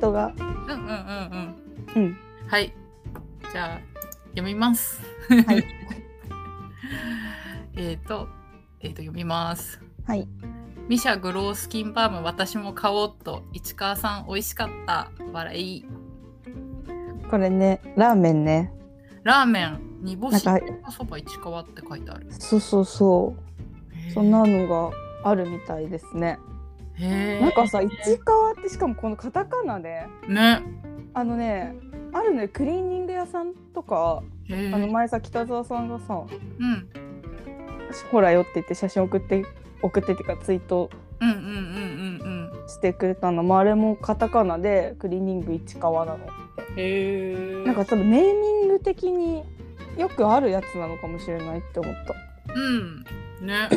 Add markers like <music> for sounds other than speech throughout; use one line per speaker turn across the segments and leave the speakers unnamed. トが。
うんうんうんう
う
ん。
ん。
はい。じゃあ、読みます。
はい。
<laughs> えっと、えっ、と、読みます。
はい。
ミシャグロースキンバーム私も買おうっと市川さん美味しかった笑い
これね、ラーメンね。
ラーメン煮干し
なんか
天ぷそば市川って書いてある
そうそうそう。そんなのがあるみたいですね。
へえ
なんかさ、市川ってしかもこのカタカナで、
ね
あのね、あるのよ、クリーニング屋さんとか、
へえ
あの前さ、北沢さんがさ、
うん
ほらよって言って写真送って、送ってっていうかツイート
うんうんうんうんうん
してくれたのも、あれもカタカナでクリーニング市川なの。
へえ
なんか多分ネーミング的によくあるやつなのかもしれないって思った。
うんね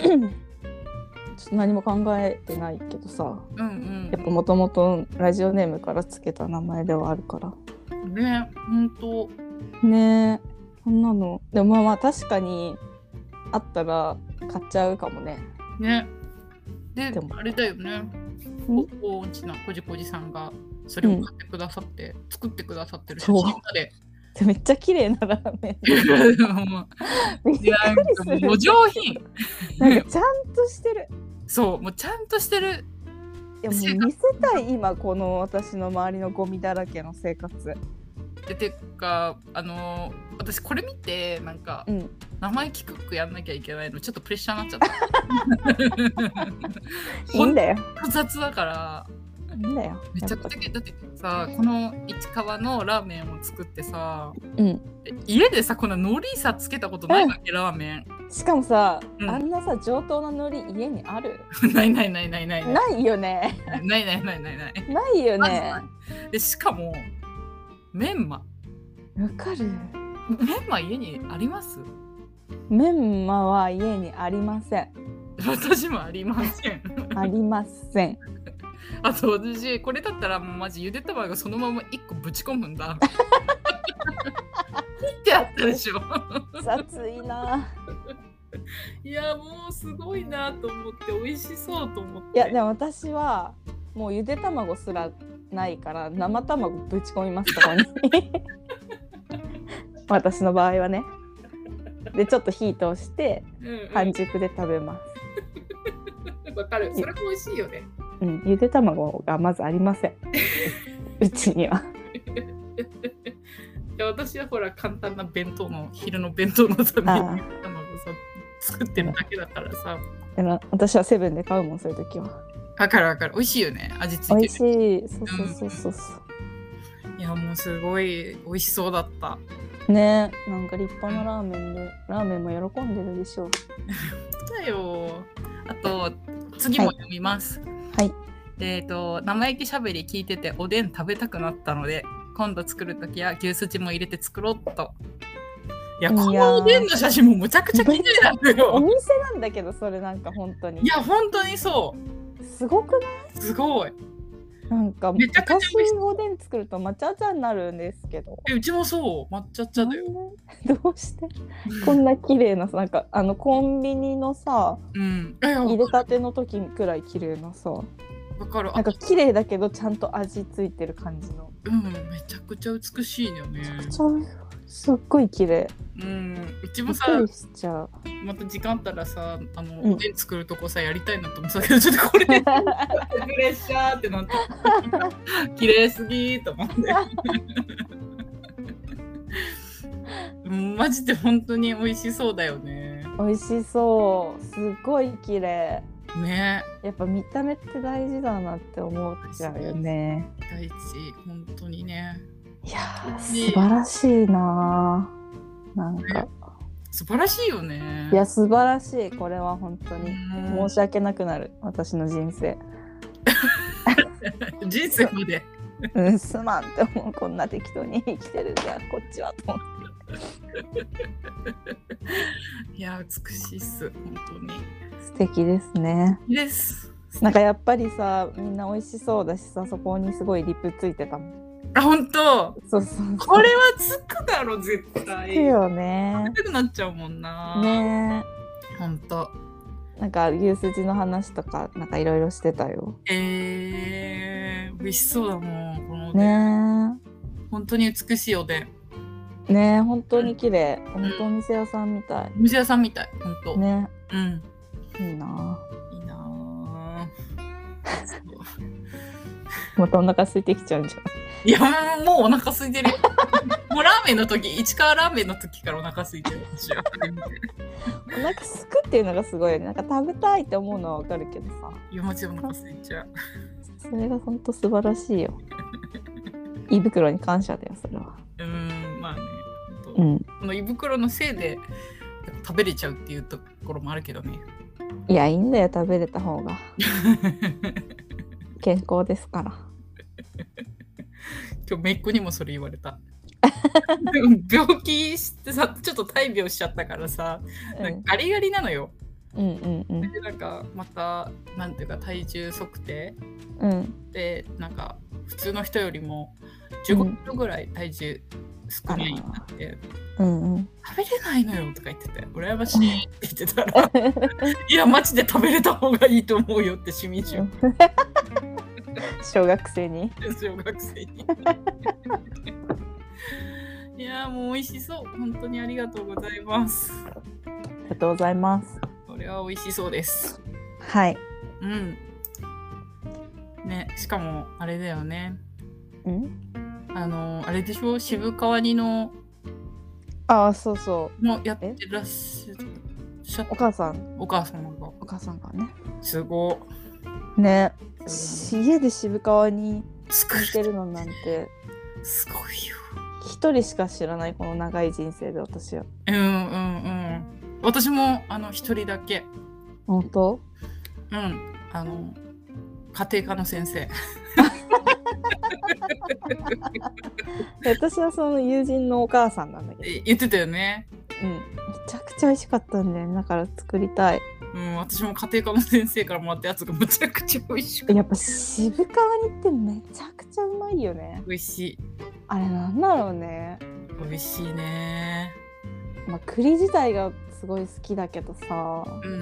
ちょっと何も考えてないけどさ
うんうん
やっぱもともとラジオネームからつけた名前ではあるから
ね本当
ねえこんなのでもまあまあ確かにあったら買っちゃうかもね
ねで
でも
あれだよねおおうちのこじこじさんがそれを買ってくださって、作ってくださってる写真
そう
まで
でめっちゃ綺麗なラーメ
も
ンびっ
<laughs> ういや
くりす
も
る
うお上品
なんかちゃんとしてる
そうもうちゃんとしてる
いやもう見せたい今この私の周りのゴミだらけの生活
でてかあのー私これ見てなんか
うん
名前聞くくやんなきゃいけないのちょっとプレッシャーにな
いい
っちゃった。ほ
ん
んと
だよ
雑だから
いいんだよ
めちゃくちゃだってさこの市川のラーメンを作ってさ
うん
え家でさこんな海苔さつけたことないわけラーメ
しかもさ、
うん
あんなさ上等な海苔家にある
ン <laughs> ないないないないないない
ないよね
ないないないないない
ないよ
まず
ね
ないでしかもメンマ
わかる
メンマ家にあります
メンマは家にありません。
私もありません
ありません。
あと私これだったらもうマジゆで卵がそのまま1個ぶち込むんだ。切ってあったでしょ。
雑いな。
いやもうすごいなと思って美味しそうと思って。
いや、でも私はもうゆで卵すらないから生卵ぶち込みますそこに。私の場合はね。でちょっと火通して
うんうん
半熟で食べます。
わかる。それも美味しいよね。
うん、ゆで卵がまずありません。うちには。
いや私はほら簡単な弁当の昼の弁当のために
あー
ゆで卵さ作ってるだけだからさ。
でも私はセブンで買うもんそういう時は。
わかるわかる。美味しいよね。味つい
美味
てる
し。い。そうそうそうそうそう。
いやもうすごい美味しそうだった。
ねなんか立派なラーメンでラーメンも喜んでるでしょう。
だよ。あと次も読みます。
はいはい
でえっ、と生意気しゃべり聞いてておでん食べたくなったので今度作るときは牛すじも入れて作ろうっと。いや
いやー
このおでんの写真もむちゃくちゃ綺麗なんだ <laughs>
お
よ。
店なんだけどそれなんか本当に
いや本当にそ。
すごくないう
すごい。
なんか
めちゃくちゃ美味
私
しい
おでん作ると抹茶茶になるんですけど
えうちもそう抹茶茶だよ。
なんで <laughs> どうしてこんな綺麗なさなんかあのコンビニのさ
うん。いや
入れ
わか
たての時くらい綺麗なさ
るわかる。
なんか綺麗だけどちゃんと味ついてる感じの
うんめちゃくちゃ美しいよね。
ちょすっごい綺麗
うんうち
び
も
っ
さ
くりしちゃう
また時間あったらさあの、
うん
おでん作るとこさやりたいなと思ってたけどちょっと
<laughs>
これでプレッシャーってなって綺麗すぎーと思ってマジで本当に美味しそうだよね
美味しそうすっごい綺麗
ね
やっぱ見た目って大事だなって思っちゃうよね。
大地本当にね
いやー素
ね
晴らしいなーなんか
素晴らしいよね
いや素晴らしいこれは本当に
うん
申し訳なくなる私の人生
人生まで
うんすまんって思うこんな適当に生きてるんだこっちはと思って
いや美しいっす本当に
素敵ですね
いいです
なんかやっぱりさみんな美味しそうだしさそこにすごいリップついてたもん
あ本当
そうそうそう
これはつくだろ絶
つ
対
くよね
食べたくなっちゃうもんな
ね
ほんと。
えなんか牛すじの話とかなんかいろいろしてたよ
えー、美味しそうだもん、このおでん、
ね
本当に美しいおでん
えねえ本当に綺麗本当お店屋さんみたい
お店屋さんみたい本当、
ね
うん
いいない
いなあ
またお腹空いてきちゃうんじゃん
<laughs> いやもうお腹空いてるよ <laughs> もうラーメンの時市川ラーメンの時からお腹空いてる私は
お腹すくっていうのがすごいよねなんか食べたいって思うのはわかるけどさ
いやもちろんお腹空いちゃう
それがほんと素晴らしいよ胃袋に感謝だよそれは
うーんまあね本当
うん
この胃袋のせいでやっぱ食べれちゃうっていうところもあるけどね
いやいいんだよ食べれた方が健康ですから
今日めいっ子にもそれ言われた病気してさちょっと大病しちゃったからさ
う
なん
ん
かガリガリなのよ
うんうん
でなんかまたなんていうか体重測定
うんうん
でなんか普通の人よりも
う
15
ん
キロぐらい体重少ないんだって、
うんうん
食べれないのよとか言ってて羨ましいって言ってたらいやマジで食べれた方がいいと思うよってしみじゅ
小学生に
小学生に。いやーもう美味しそう本当にありがとうございます
ありがとうございます
これは美味しそうです
はい
うんねしかもあれだよね
うん
あのあれでしょ渋川にの
ああそうそう
もやってらっしゃっ
お母さん
お母様が
お母さんがね
すご
ね
い
し家で渋川に
作
行って
る
るのなんて
すごいよ
一人しか知らないこの長い人生で私は
うんうんうん私もあの一人だけ
本当
うんあの家庭科の先生
私はその友人のお母さんなんだけど、
え言ってたよね
うん、めちゃくちゃ美味しかったんだよねだから作りたい
うん私も家庭科の先生からもらったやつがむちゃくちゃ美味しく
やっぱ渋川煮ってめちゃくちゃうまいよね
美味しい
あれなんだろうね、
美味しいね
まあ、栗自体がすごい好きだけどさ
うんう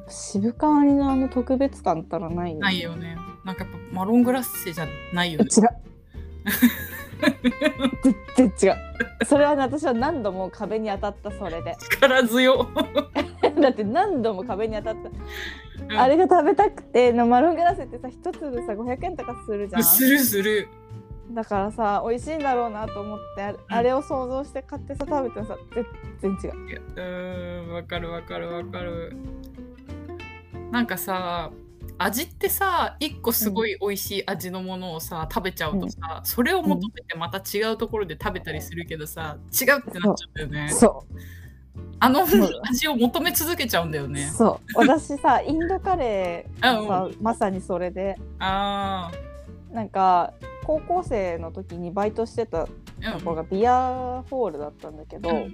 ん
渋川煮のあの特別感ったらないよね
ないよねなんかやっぱマロングラッセじゃないよ
違う
ね
全然違うそれはね私は何度も壁に当たったそれで <laughs>
力強
だって何度も壁に当たったあれが食べたくてのマロングラスってさ一粒さ500円とかするじゃん
するする
だからさ美味しいんだろうなと思ってあれあれを想像して買ってさ食べてもさ全然違う
いやうーんわかるわかるわかるなんかさ味ってさ一個すごい美味しい味のものをさ食べちゃうとさ、それを求めてまた違うところで食べたりするけどさ違うってなっちゃうんだよね
そう
あの
そう
味を求め続けちゃうんだよね
そう私さ <laughs> インドカレー
あうん
さまさにそれで
あ
なんか高校生の時にバイトしてたと
あ
ころがビアホールだったんだけど、
うんうんうん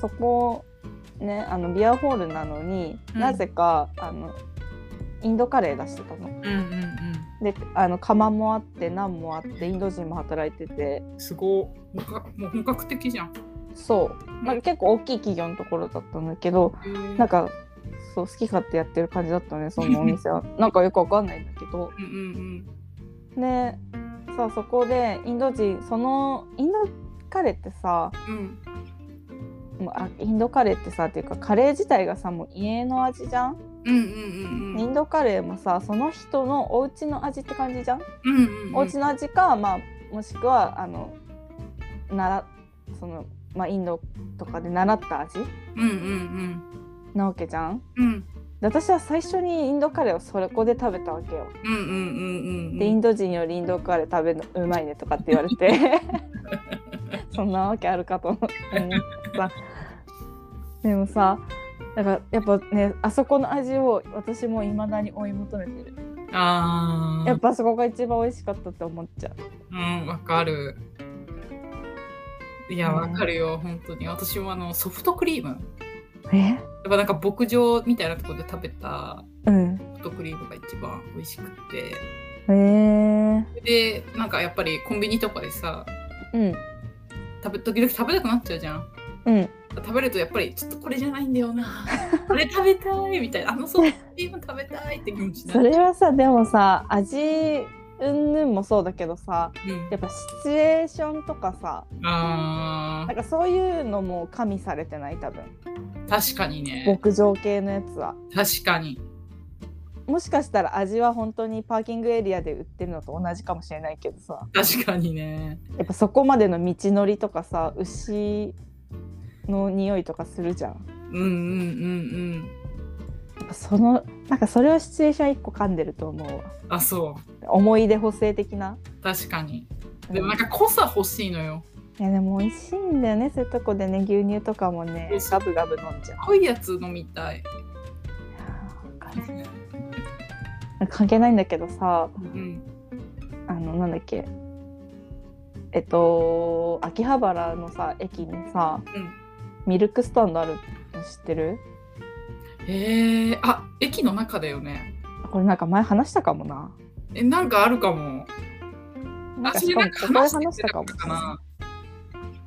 そこねあのビアホールなのに、
うん
なぜかあのインドカレー出してたの。
うんうん
であの釜もあってナンもあってインド人も働いてて
うんすごい本格もう本格的じゃん
そうなんか結構大きい企業のところだったんだけどなんかそう好き勝手やってる感じだったねそのお店はなんかよくわかんないんだけど
うんうん
でさあそこでインド人そのインドカレーってさ
うんうん
もうあインドカレーってさっていうかカレー自体がさもう家の味じゃん、
うんうんうん
インドカレーもさその人のお家の味って感じじゃん、
うんうんうん
お家の味か、まあ、もしくはあのならその、まあ、インドとかで習った味
うんうん
なわけじゃん
うんうん
で私は最初にインドカレーをそこで食べたわけよ、
うんうんうんうん
でインド人よりインドカレー食べるのうまいねとかって言われて
<laughs>
そんなわけあるかと思ってさでもさだからやっぱねあそこの味を私も未だに追い求めてる
ああ
やっぱそこが一番美味しかったって思っちゃう
うんわかるいや
うん
わかるよ、本当に私もあのソフトクリームや
え
っぱなんか牧場みたいなところで食べた
うん
ソフトクリームが一番美味しくて
えー、
それでなんかやっぱりコンビニとかでさ
うん
食べ時々食べたくなっちゃうじゃん
うん
食べるとやっぱりちょっとこれじゃないんだよ
<laughs>
なこれ食べたいみたいなあのソフトクリーム食べたいって気持ちに
そ
なる
れはさでもさ味うんぬんもそうだけどさ
うん
やっぱシチュエーションとかさ
あ
なんかそういうのも加味されてない多分
ー確かにね
牧場系のやつは
確かに
もしかしたら味は本当にパーキングエリアで売ってるのと同じかもしれないけどさ
確かにね
やっぱそこまでの道のりとかさ牛の匂いとかするじゃん
うんうんうん
やっぱそのなんかそれをシチュエーション1個噛んでると思うわ
うんあそう
思い出補正的な、
確かに
うん
でもなんか濃さ欲しいのよ
いやでも美味しいんだよねそういうとこでね牛乳とかもね
そうそ
ガ
う
ブガブ飲んじゃう
濃いやつ飲みたい
なんか関係ないんだけどさ
うん
あのなんだっけえっと秋葉原のさ駅にさ
うん
ミルクスタンドあるの知ってる
へえあ駅の中だよね
これなんか前話したかもな
えなんかあるかも
なん
あ
か
そ
しか
れ
も
な
こ
んか
こで
話
話
し
してた
た
か
か
も
な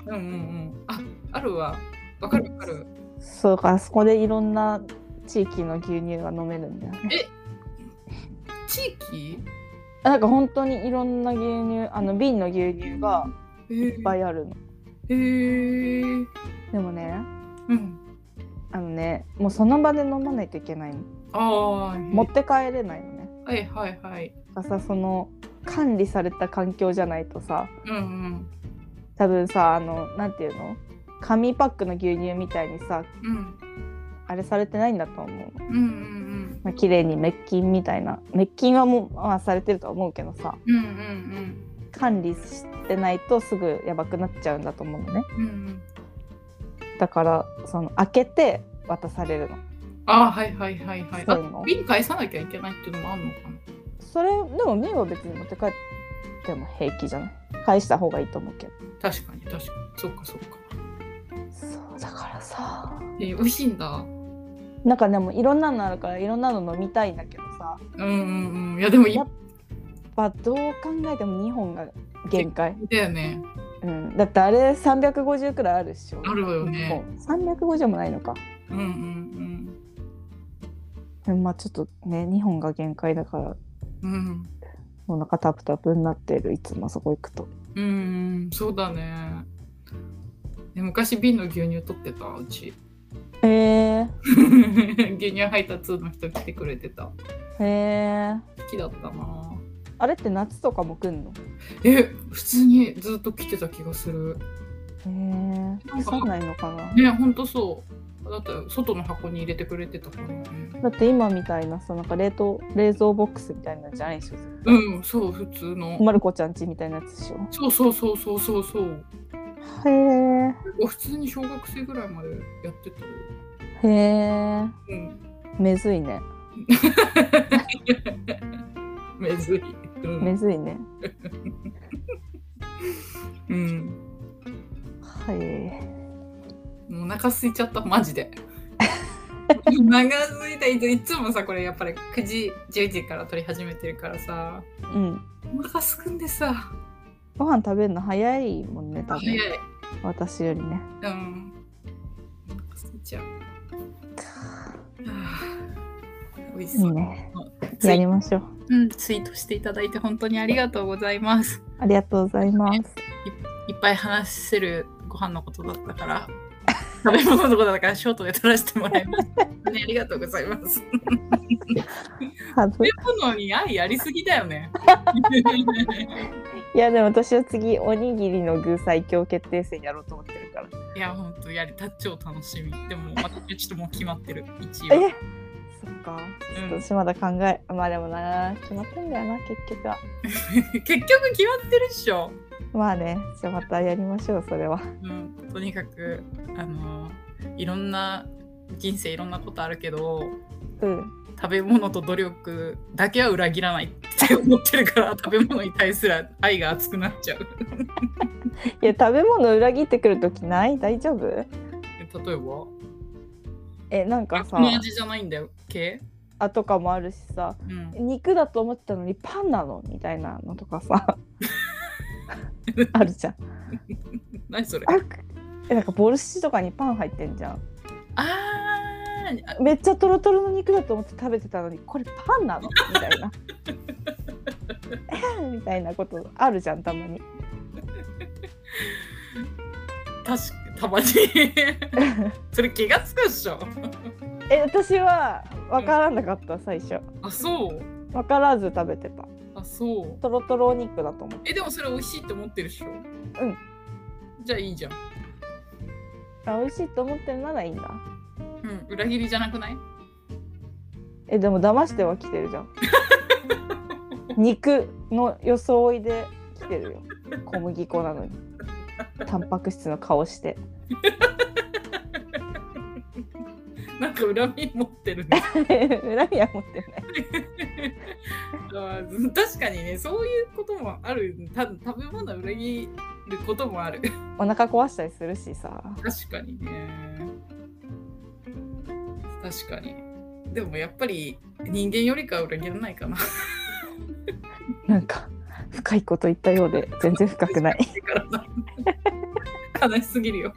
うんうんうんああるわわかるわかる
そうかあそこでいろんな地域の牛乳が飲めるんだよね
地域
あなんか本当にいろんな牛乳あの瓶の牛乳が
い
いっぱいあるの
へえ
でもね
うん
あのねもうその場で飲まないといけないの
ああー
持って帰れないのね
はいはいはい
だからさその管理された環境じゃないとさ
うんうん
多分さあのなんていうの紙パックの牛乳みたいにさ
うん
あれされてないんだと思う、
うんうん
まあ綺麗に滅菌みたいな滅菌はもう、まあ、されてると思うけどさ
うんうんうん
管理してないとすぐやばくなっちゃうんだと思うのね
うんうん
だからその開けて渡されるの
ああはいはいはいはい
そういうの
あ瓶返さなきゃいけないっていうのもあるのかな
それでもミーは別に持って帰っても平気じゃない返した方がいいと思うけど
確かに確かにそっかそっか
そうだからさ
えー美味しいんだ
なんかでもいろんなのあるからいろんなの飲みたいんだけどさ
うんうんうんいやでもいい
やっまあどう考えても2本が限界、
だよね
うん、だってあれ350くらいあるっしょ
あるよね
1本350もないのか
うんうんうん
でもまあちょっとね2本が限界だから
うん
お腹タプタプになってるいつもあそこ行くと
うんうんそうだねね昔瓶の牛乳取ってたうち
へえ
<laughs> 牛乳配達の人来てくれてた
ー、へー
好きだったな
あれって夏とかも来んの
え普通にずっと来てた気がする
へえ
なんか
腐んないのかな
ねほんとそうだって外の箱に入れてくれてたからね
だって今みたいなさなんか冷凍冷蔵ボックスみたいなのじゃないでしょ
うんそう普通の
まる子ちゃん家みたいなやつでしょ
そうそうそうそうそうそう
へえ
結構普通に小学生ぐらいまでやってたよ
へえ
うん
めずいね
めずいうん、
めずいね
うん、
はい
もうお腹空いちゃったマ
<laughs>
ジでお腹空いたいついつもさこれやっぱり9時10時から撮り始めてるからさ
うん
お腹すくんでさ
ご飯食べるの早いもんね多
早
分
い
私よりね
うん。すいちゃう。おいし
い
そ。
いうね
ツイ
やりましょう
うん、ツイートしていただいて本当にありがとうございます。
ありがとうございます
いっぱい話せるご飯のことだったから、食べ物のことだからショートで撮らせてもらいました。本当にありがとうございます。食
はず
べ物に愛ありすぎだよね。
いやでも私は次おにぎりの具最強決定戦やろうと思ってるから
いや、本当やりたっちょ楽しみ。でも、私はちょっともう決まってる。一応。
えそっかちょっ
うん
と私まだ考えまあでもな決まってんだよな結局は
<laughs> 結局決まってるっしょ。
まあねじゃあまたやりましょうそれは
うん、とにかくあのいろんな人生いろんなことあるけど
うん
食べ物と努力だけは裏切らないって思ってるから食べ物に対する愛が熱くなっちゃう
いや食べ物裏切ってくる時ない大丈夫
え例えば
えなんか
あ
さ
この味じゃないんだよ系、
あとかもあるしさ
うん、
肉だと思ってたのにパンなのみたいなのとかさあるじゃん
何それ
あくえなんかボルシチとかにパン入ってんじゃん
あーあ
めっちゃトロトロの肉だと思って食べてたのにこれパンなのみたいな <laughs> みたいなことあるじゃんたまに
確かた <laughs> まにそれ気がつくっしょ
え私は分からなかった最初
あそう
分からず食べてた
あそう
とろとろお肉だと思っ
えでもそれ美味しいって思ってるっしょうんじゃあいいじゃん
てあ美味しいと思ってるならいいんだ
うん裏切りじゃなくない
えでも騙しては来てるじゃん肉の装いで来てるよ小麦粉なのにタンパク質の顔 <laughs> して
なんか恨み持ってるね
恨みは持ってない
あー確かにねそういうこともあるた食べ物裏切ることもある <laughs>
お腹壊したりするしさ
確かにね確かにでもやっぱり人間よりかは裏切らないか <laughs> な
なんか深いこと言ったようで全然深くない
だからな悲しすぎるよ